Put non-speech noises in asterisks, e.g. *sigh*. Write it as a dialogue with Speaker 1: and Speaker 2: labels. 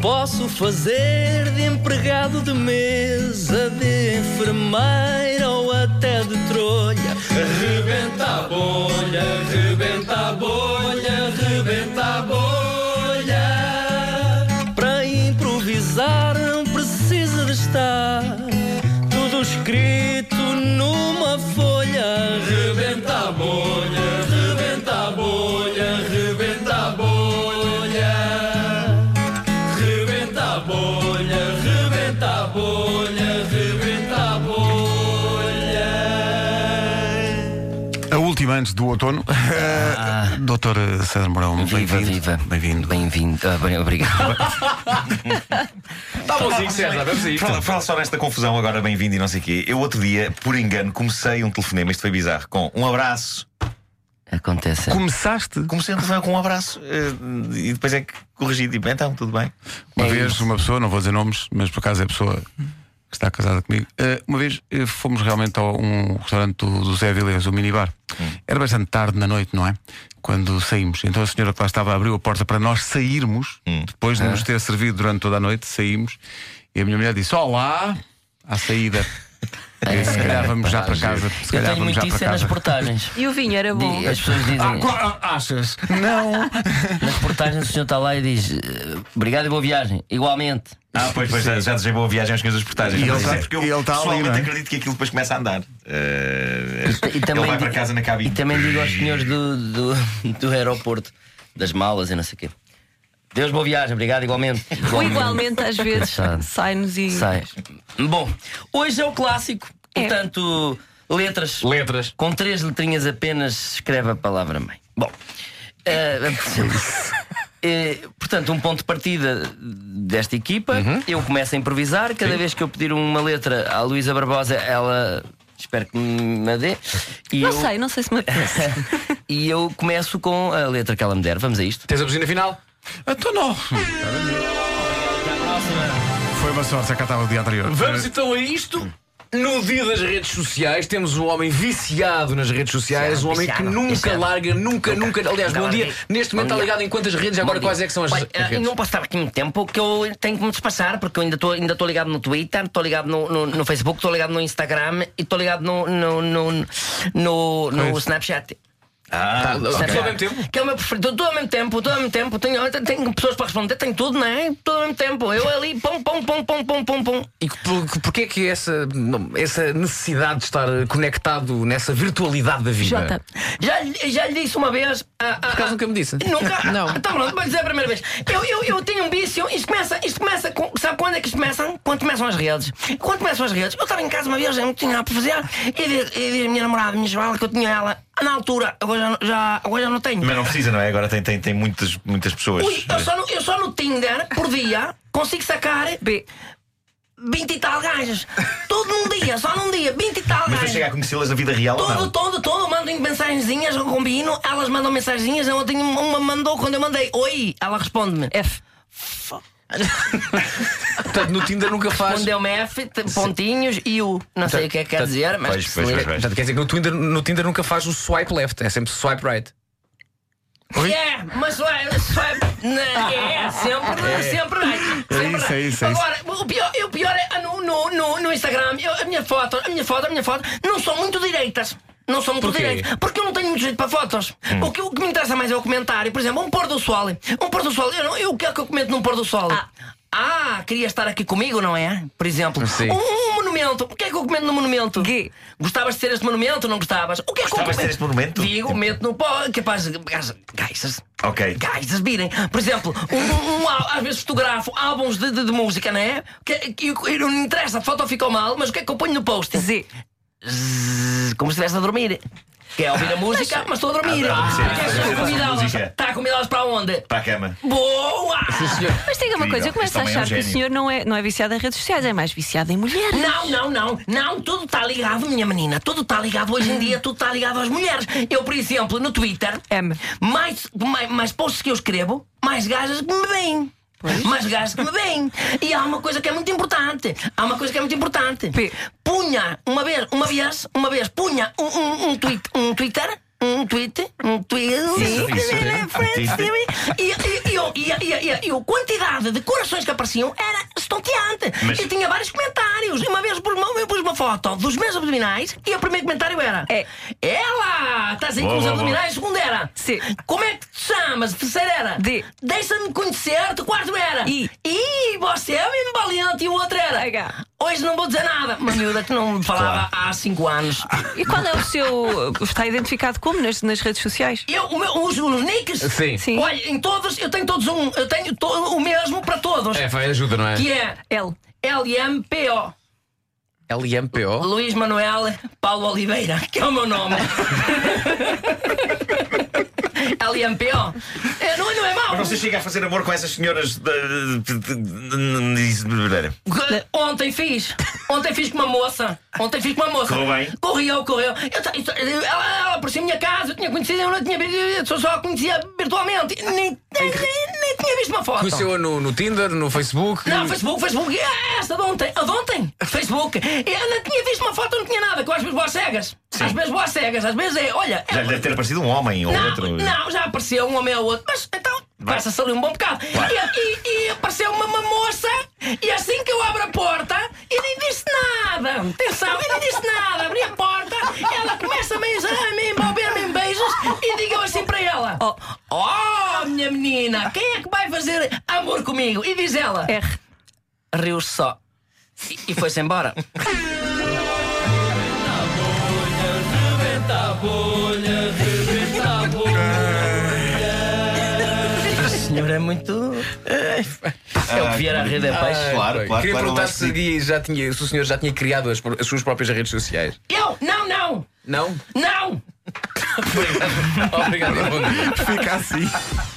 Speaker 1: Posso fazer de empregado de mesa, de enfermeira ou até de trolha. Rebenta a bolha, rebenta a bolha, rebenta a bolha. Para improvisar não precisa de estar tudo escrito numa folha. Rebenta a bolha, rebenta a bolha, rebenta a bolha. Rebenta a bolha, rebenta a bolha, rebenta a bolha.
Speaker 2: A última antes do outono. Eh, Doutor Sandro Mourão,
Speaker 3: Ah. Viva,
Speaker 2: bem-vindo.
Speaker 3: viva.
Speaker 2: Bem-vindo.
Speaker 3: Bem-vindo. Ah, bem,
Speaker 2: *laughs*
Speaker 3: obrigado.
Speaker 4: Está bonzinho, César, vamos a isto.
Speaker 5: Fala, fala só nesta confusão agora, bem-vindo e não sei o quê. Eu outro dia, por engano, comecei um telefonema, isto foi bizarro, com um abraço.
Speaker 3: Acontece.
Speaker 2: Começaste
Speaker 5: Comecei um telefonema com um abraço eh, e depois é que corrigi, tipo, então, tudo bem.
Speaker 2: uma
Speaker 3: É
Speaker 2: vez
Speaker 3: isso.
Speaker 2: uma pessoa, não vou dizer nomes, mas por acaso é a pessoa que está casada comigo. eh, uma vez eh, fomos realmente a um restaurante do, do Zé Vilés, o minibar. Era bastante tarde na noite, não é? Quando saímos. Então a senhora que lá estava abriu a porta para nós sairmos,
Speaker 3: Hum.
Speaker 2: depois de
Speaker 3: Ah.
Speaker 2: nos ter servido durante toda a noite, saímos. E a minha mulher disse: Olá, à saída. E É se calhar vamos já para casa. Se
Speaker 3: É, Eu
Speaker 2: calhar
Speaker 3: tenho
Speaker 2: vamos já
Speaker 3: muito
Speaker 2: para
Speaker 3: isso é nas
Speaker 2: casa.
Speaker 3: portagens.
Speaker 6: E o vinho era bom.
Speaker 3: Di- As pessoas
Speaker 2: Ah,
Speaker 3: dizem.
Speaker 2: qua- ah, achas? Não!
Speaker 3: Nas portagens o senhor está lá e diz eh, obrigado e boa viagem. Igualmente.
Speaker 5: Ah, pois, pois já, já desejei boa viagem aos senhores das portagens.
Speaker 2: E ele
Speaker 5: Mas
Speaker 2: tá-
Speaker 5: é porque eu
Speaker 2: e ele tá ali,
Speaker 5: pessoalmente
Speaker 2: não é?
Speaker 5: acredito que aquilo depois começa a andar. Eh,
Speaker 3: E, e
Speaker 5: ele vai
Speaker 3: digo-
Speaker 5: para casa na cabine.
Speaker 3: E também digo aos senhores do, do, do aeroporto, das malas e não sei o quê. Deus, boa viagem, obrigado, igualmente.
Speaker 6: Ou igualmente às vezes
Speaker 3: Engraçado.
Speaker 6: sai-nos e.
Speaker 3: Sai. Uhum. Bom, hoje é o clássico,
Speaker 6: É.
Speaker 3: portanto, letras.
Speaker 4: Letras.
Speaker 3: Com três letrinhas apenas escreve a palavra mãe. Bom, eh, eh, portanto, um ponto de partida desta equipa. Eu começo a improvisar. Cada vez que eu pedir uma letra à Luísa Barbosa, ela espero que me a dê. E
Speaker 6: Não
Speaker 3: eu-
Speaker 6: sei, não sei se me apetece.
Speaker 3: *laughs* e eu começo com a letra que ela me der. Vamos a isto.
Speaker 4: Tens a buzina final?
Speaker 2: Então não! Foi uma sorte, já cá estava o dia anterior.
Speaker 4: Vamos então a isto. No dia das redes sociais, temos um homem viciado nas redes sociais, um homem que
Speaker 3: viciado,
Speaker 4: nunca
Speaker 3: viciado.
Speaker 4: larga, nunca, nunca. Aliás,
Speaker 3: Nunca
Speaker 4: bom dia.
Speaker 3: larguei.
Speaker 4: Neste
Speaker 3: Bom
Speaker 4: momento está
Speaker 3: dia.
Speaker 4: ligado em quantas redes, agora
Speaker 3: Bom dia.
Speaker 4: quais é que são as
Speaker 3: Olha,
Speaker 4: as
Speaker 3: eh,
Speaker 4: redes?
Speaker 3: Não posso estar aqui muito tempo que eu tenho que me despassar, porque eu ainda estou ainda tô ligado no Twitter, estou ligado no, no, no Facebook, estou ligado no Instagram e estou ligado no, no, no, no, no
Speaker 2: Pois.
Speaker 3: Snapchat. Tá,
Speaker 5: Ah,
Speaker 4: Está tudo ao mesmo tempo?
Speaker 3: Que é o meu preferido. Tudo ao mesmo tempo, tudo ao mesmo tempo. Tenho, tenho pessoas para responder, tenho tudo, não é? Tudo ao mesmo tempo. Eu ali, pum, pum, pum, pum, pum, pum, pum.
Speaker 4: E que- por- que- porquê é que essa, essa necessidade de estar conectado nessa virtualidade da vida?
Speaker 6: Jota.
Speaker 3: Já, lhe- já lhe disse uma vez. ah, ah,
Speaker 4: Por acaso nunca me disse. *laughs*
Speaker 3: Nunca? Não. Então pronto, vou dizer a primeira vez. Eu, eu, eu tenho um vício, isto começa, isto começa, com- sabe quando é que isto começa? Quando começam as redes. Quando começam as redes, eu estava em casa uma vez, eu não tinha nada para fazer, e diz, e diz a minha namorada, a minha Joana, que eu tinha ela "Ah, na altura, agora já, não- já- agora já não tenho.
Speaker 5: Mas não precisa, não é? Agora tem, tem, tem muitas, muitas pessoas. Eh,
Speaker 3: Ui, eu só, no, eu só no Tinder, por dia, consigo sacar
Speaker 6: B.
Speaker 3: 20 e tal gajas. Todo num dia, só num dia, 20 e tal
Speaker 5: Mas
Speaker 3: gajas.
Speaker 5: depois chega a conhecê-las na vida real ou
Speaker 3: Todo,
Speaker 5: não?
Speaker 3: todo, todo, mandam mensagenzinhas, eu combino, elas mandam mensagenzinhas, eu tenho uma mandou quando eu mandei, oi, ela responde-me.
Speaker 6: F.
Speaker 4: Portanto, no Tinder nunca faz.
Speaker 3: Respondeu-me F, t- pontinhos e U. Não sei o que é que quer dizer, mas.
Speaker 5: Pois, pois, pois, pois.
Speaker 4: Portanto, quer dizer que no Tinder, no Tinder nunca faz o swipe left, é sempre swipe right.
Speaker 3: É, mas ué, só é, né, é sempre, sempre right. Sempre
Speaker 2: isso,
Speaker 3: right.
Speaker 2: é isso, é isso.
Speaker 3: Agora, o pior, e o pior é ah, no, no, no, no Instagram, eu- a minha foto, a minha foto, a minha foto, não são muito direitas. Não são muito
Speaker 4: Porquê?
Speaker 3: direitas. Porque eu não tenho muito jeito para fotos.
Speaker 2: Hum.
Speaker 3: O, que, o que me interessa mais é o comentário. Por exemplo, um pôr do sol. Um pôr do sol. Eu, não- eu, o que é que eu comento num pôr do sol? Ah. queria estar aqui comigo, não é? Por exemplo,
Speaker 4: Sim.
Speaker 3: um, um monumento. O que é que eu comento no monumento?
Speaker 6: G.
Speaker 3: Gostavas de ter este monumento? Não gostavas? O que é que eu
Speaker 5: Gostavas de ter
Speaker 3: comento?
Speaker 5: este monumento?
Speaker 3: Digo,
Speaker 5: Tipo-
Speaker 3: meto no pó, capaz de. Gajas.
Speaker 5: Ok.
Speaker 3: Gajas virem. Por exemplo, um, um, um á- às vezes fotografo álbuns de, de, de música, não é? Que, que, que não me interessa, a foto ficou mal, mas o que é que eu ponho no post?
Speaker 6: Z.
Speaker 3: Zzz, Como se estivesse a dormir. Quer ouvir a música, mas estou a dormir.
Speaker 5: Ah, dá, sim, sim, sim,
Speaker 3: Está a
Speaker 5: sim,
Speaker 3: é convidá-las.
Speaker 5: música.
Speaker 3: Está a convidá-las para onde?
Speaker 5: Para a cama.
Speaker 3: Boa!
Speaker 6: Mas diga uma
Speaker 5: Incrível.
Speaker 6: coisa, eu começo
Speaker 5: Este
Speaker 6: a
Speaker 5: homem é um
Speaker 6: achar que o
Speaker 5: gênio.
Speaker 6: senhor não é, não é viciado em redes sociais, é mais viciado em mulheres.
Speaker 3: Não, não, não, não, tudo está ligado, minha menina. Tudo está ligado hoje em dia, tudo está ligado às mulheres. Eu, por exemplo, no Twitter,
Speaker 6: M.
Speaker 3: mais, mais, mais posts que eu escrevo, mais gajas que me veem. Mais gajas que me veem. E há uma coisa que é muito importante. Há uma coisa que é muito importante.
Speaker 6: P.
Speaker 3: Punha, uma vez, uma vez, uma vez, punha um, um, um tweet, um Twitter. Um tweet, um tweet,
Speaker 5: Isso, isso, sim.
Speaker 3: e, e- e eu, E, a- e, a- e, a- e a quantidade de corações que apareciam era estonteante.
Speaker 5: Mas-
Speaker 3: E tinha vários comentários. E uma vez pus uma, eu pus uma foto dos meus abdominais e o primeiro comentário era:
Speaker 6: É.
Speaker 3: Ela! Estás aí
Speaker 5: Boa,
Speaker 3: com os
Speaker 5: boa,
Speaker 3: abdominais? Segundo era:
Speaker 6: Sim.
Speaker 3: Como é que te chamas? Terceiro era:
Speaker 6: De.
Speaker 3: Deixa-me conhecer-te. Quarto era:
Speaker 6: E.
Speaker 3: "Ih, você é mesmo valente. E o outro era:
Speaker 6: H.
Speaker 3: Hoje não vou dizer nada. Uma miúda que não me falava há cinco anos.
Speaker 6: E qual é o seu. Está identificado como nas, nas redes sociais?
Speaker 3: Eu, o meu, os, os nicks?
Speaker 4: Sim.
Speaker 6: Sim.
Speaker 3: Olha, em todos, eu tenho todos um. Eu tenho to- o mesmo para todos.
Speaker 4: É, vai, ajuda, não é?
Speaker 3: Que é
Speaker 6: L.
Speaker 3: LMPO.
Speaker 4: LMPO.
Speaker 3: Luís Manuel Paulo Oliveira, que é o meu nome. *laughs* LMPO. É, não, é- não é mau.
Speaker 5: Mas você chega a fazer amor com essas senhoras da- de- de- de- de- de-
Speaker 3: Ontem fiz. Ontem fiz com uma moça. Ontem fiz com uma moça.
Speaker 5: Correu bem?
Speaker 3: Correu, correu. Eu ta- eu- ela, ela apareceu em minha casa, eu tinha conhecido, eu não tinha visto, eu só- só a conhecia virtualmente. Nem, nem, nem, nem tinha visto uma foto.
Speaker 4: Conheceu-a no, no Tinder, no Facebook.
Speaker 3: Não, Facebook, Facebook, é esta de ontem, a de ontem, Facebook. Eu não tinha visto uma foto, não tinha nada, com às vezes boas cegas. Às vezes boas cegas, às vezes é, olha.
Speaker 5: Já
Speaker 3: é-
Speaker 5: lhe deve ter aparecido um homem ou
Speaker 3: não,
Speaker 5: outro.
Speaker 3: não, já apareceu um homem ou outro, mas então
Speaker 5: Vai.
Speaker 3: passa-se ali um bom bocado.
Speaker 5: Claro.
Speaker 3: E, e- e apareceu uma, uma moça, e assim que eu abro a porta, e nem disse nada. Atenção, eu nem disse nada. Abri a porta, ela começa a me a me envolver-me em beijos, e digo eu assim para ela: Oh, oh, minha menina, quem é que vai fazer amor comigo? E diz ela:
Speaker 6: R.
Speaker 3: riu-se só e, e foi-se *laughs* embora. Esta senhora é muito.
Speaker 5: Ah,
Speaker 3: É o que vier à rede é peixe.
Speaker 5: Claro, claro,
Speaker 4: Queria
Speaker 5: claro,
Speaker 4: perguntar
Speaker 5: lógico
Speaker 4: se,
Speaker 5: que
Speaker 4: havia- já tinha, se o senhor já tinha criado as, pro- as suas próprias redes sociais.
Speaker 3: Eu? Não, não!
Speaker 4: Não?
Speaker 3: Não!
Speaker 4: Obrigado.
Speaker 2: Fica assim.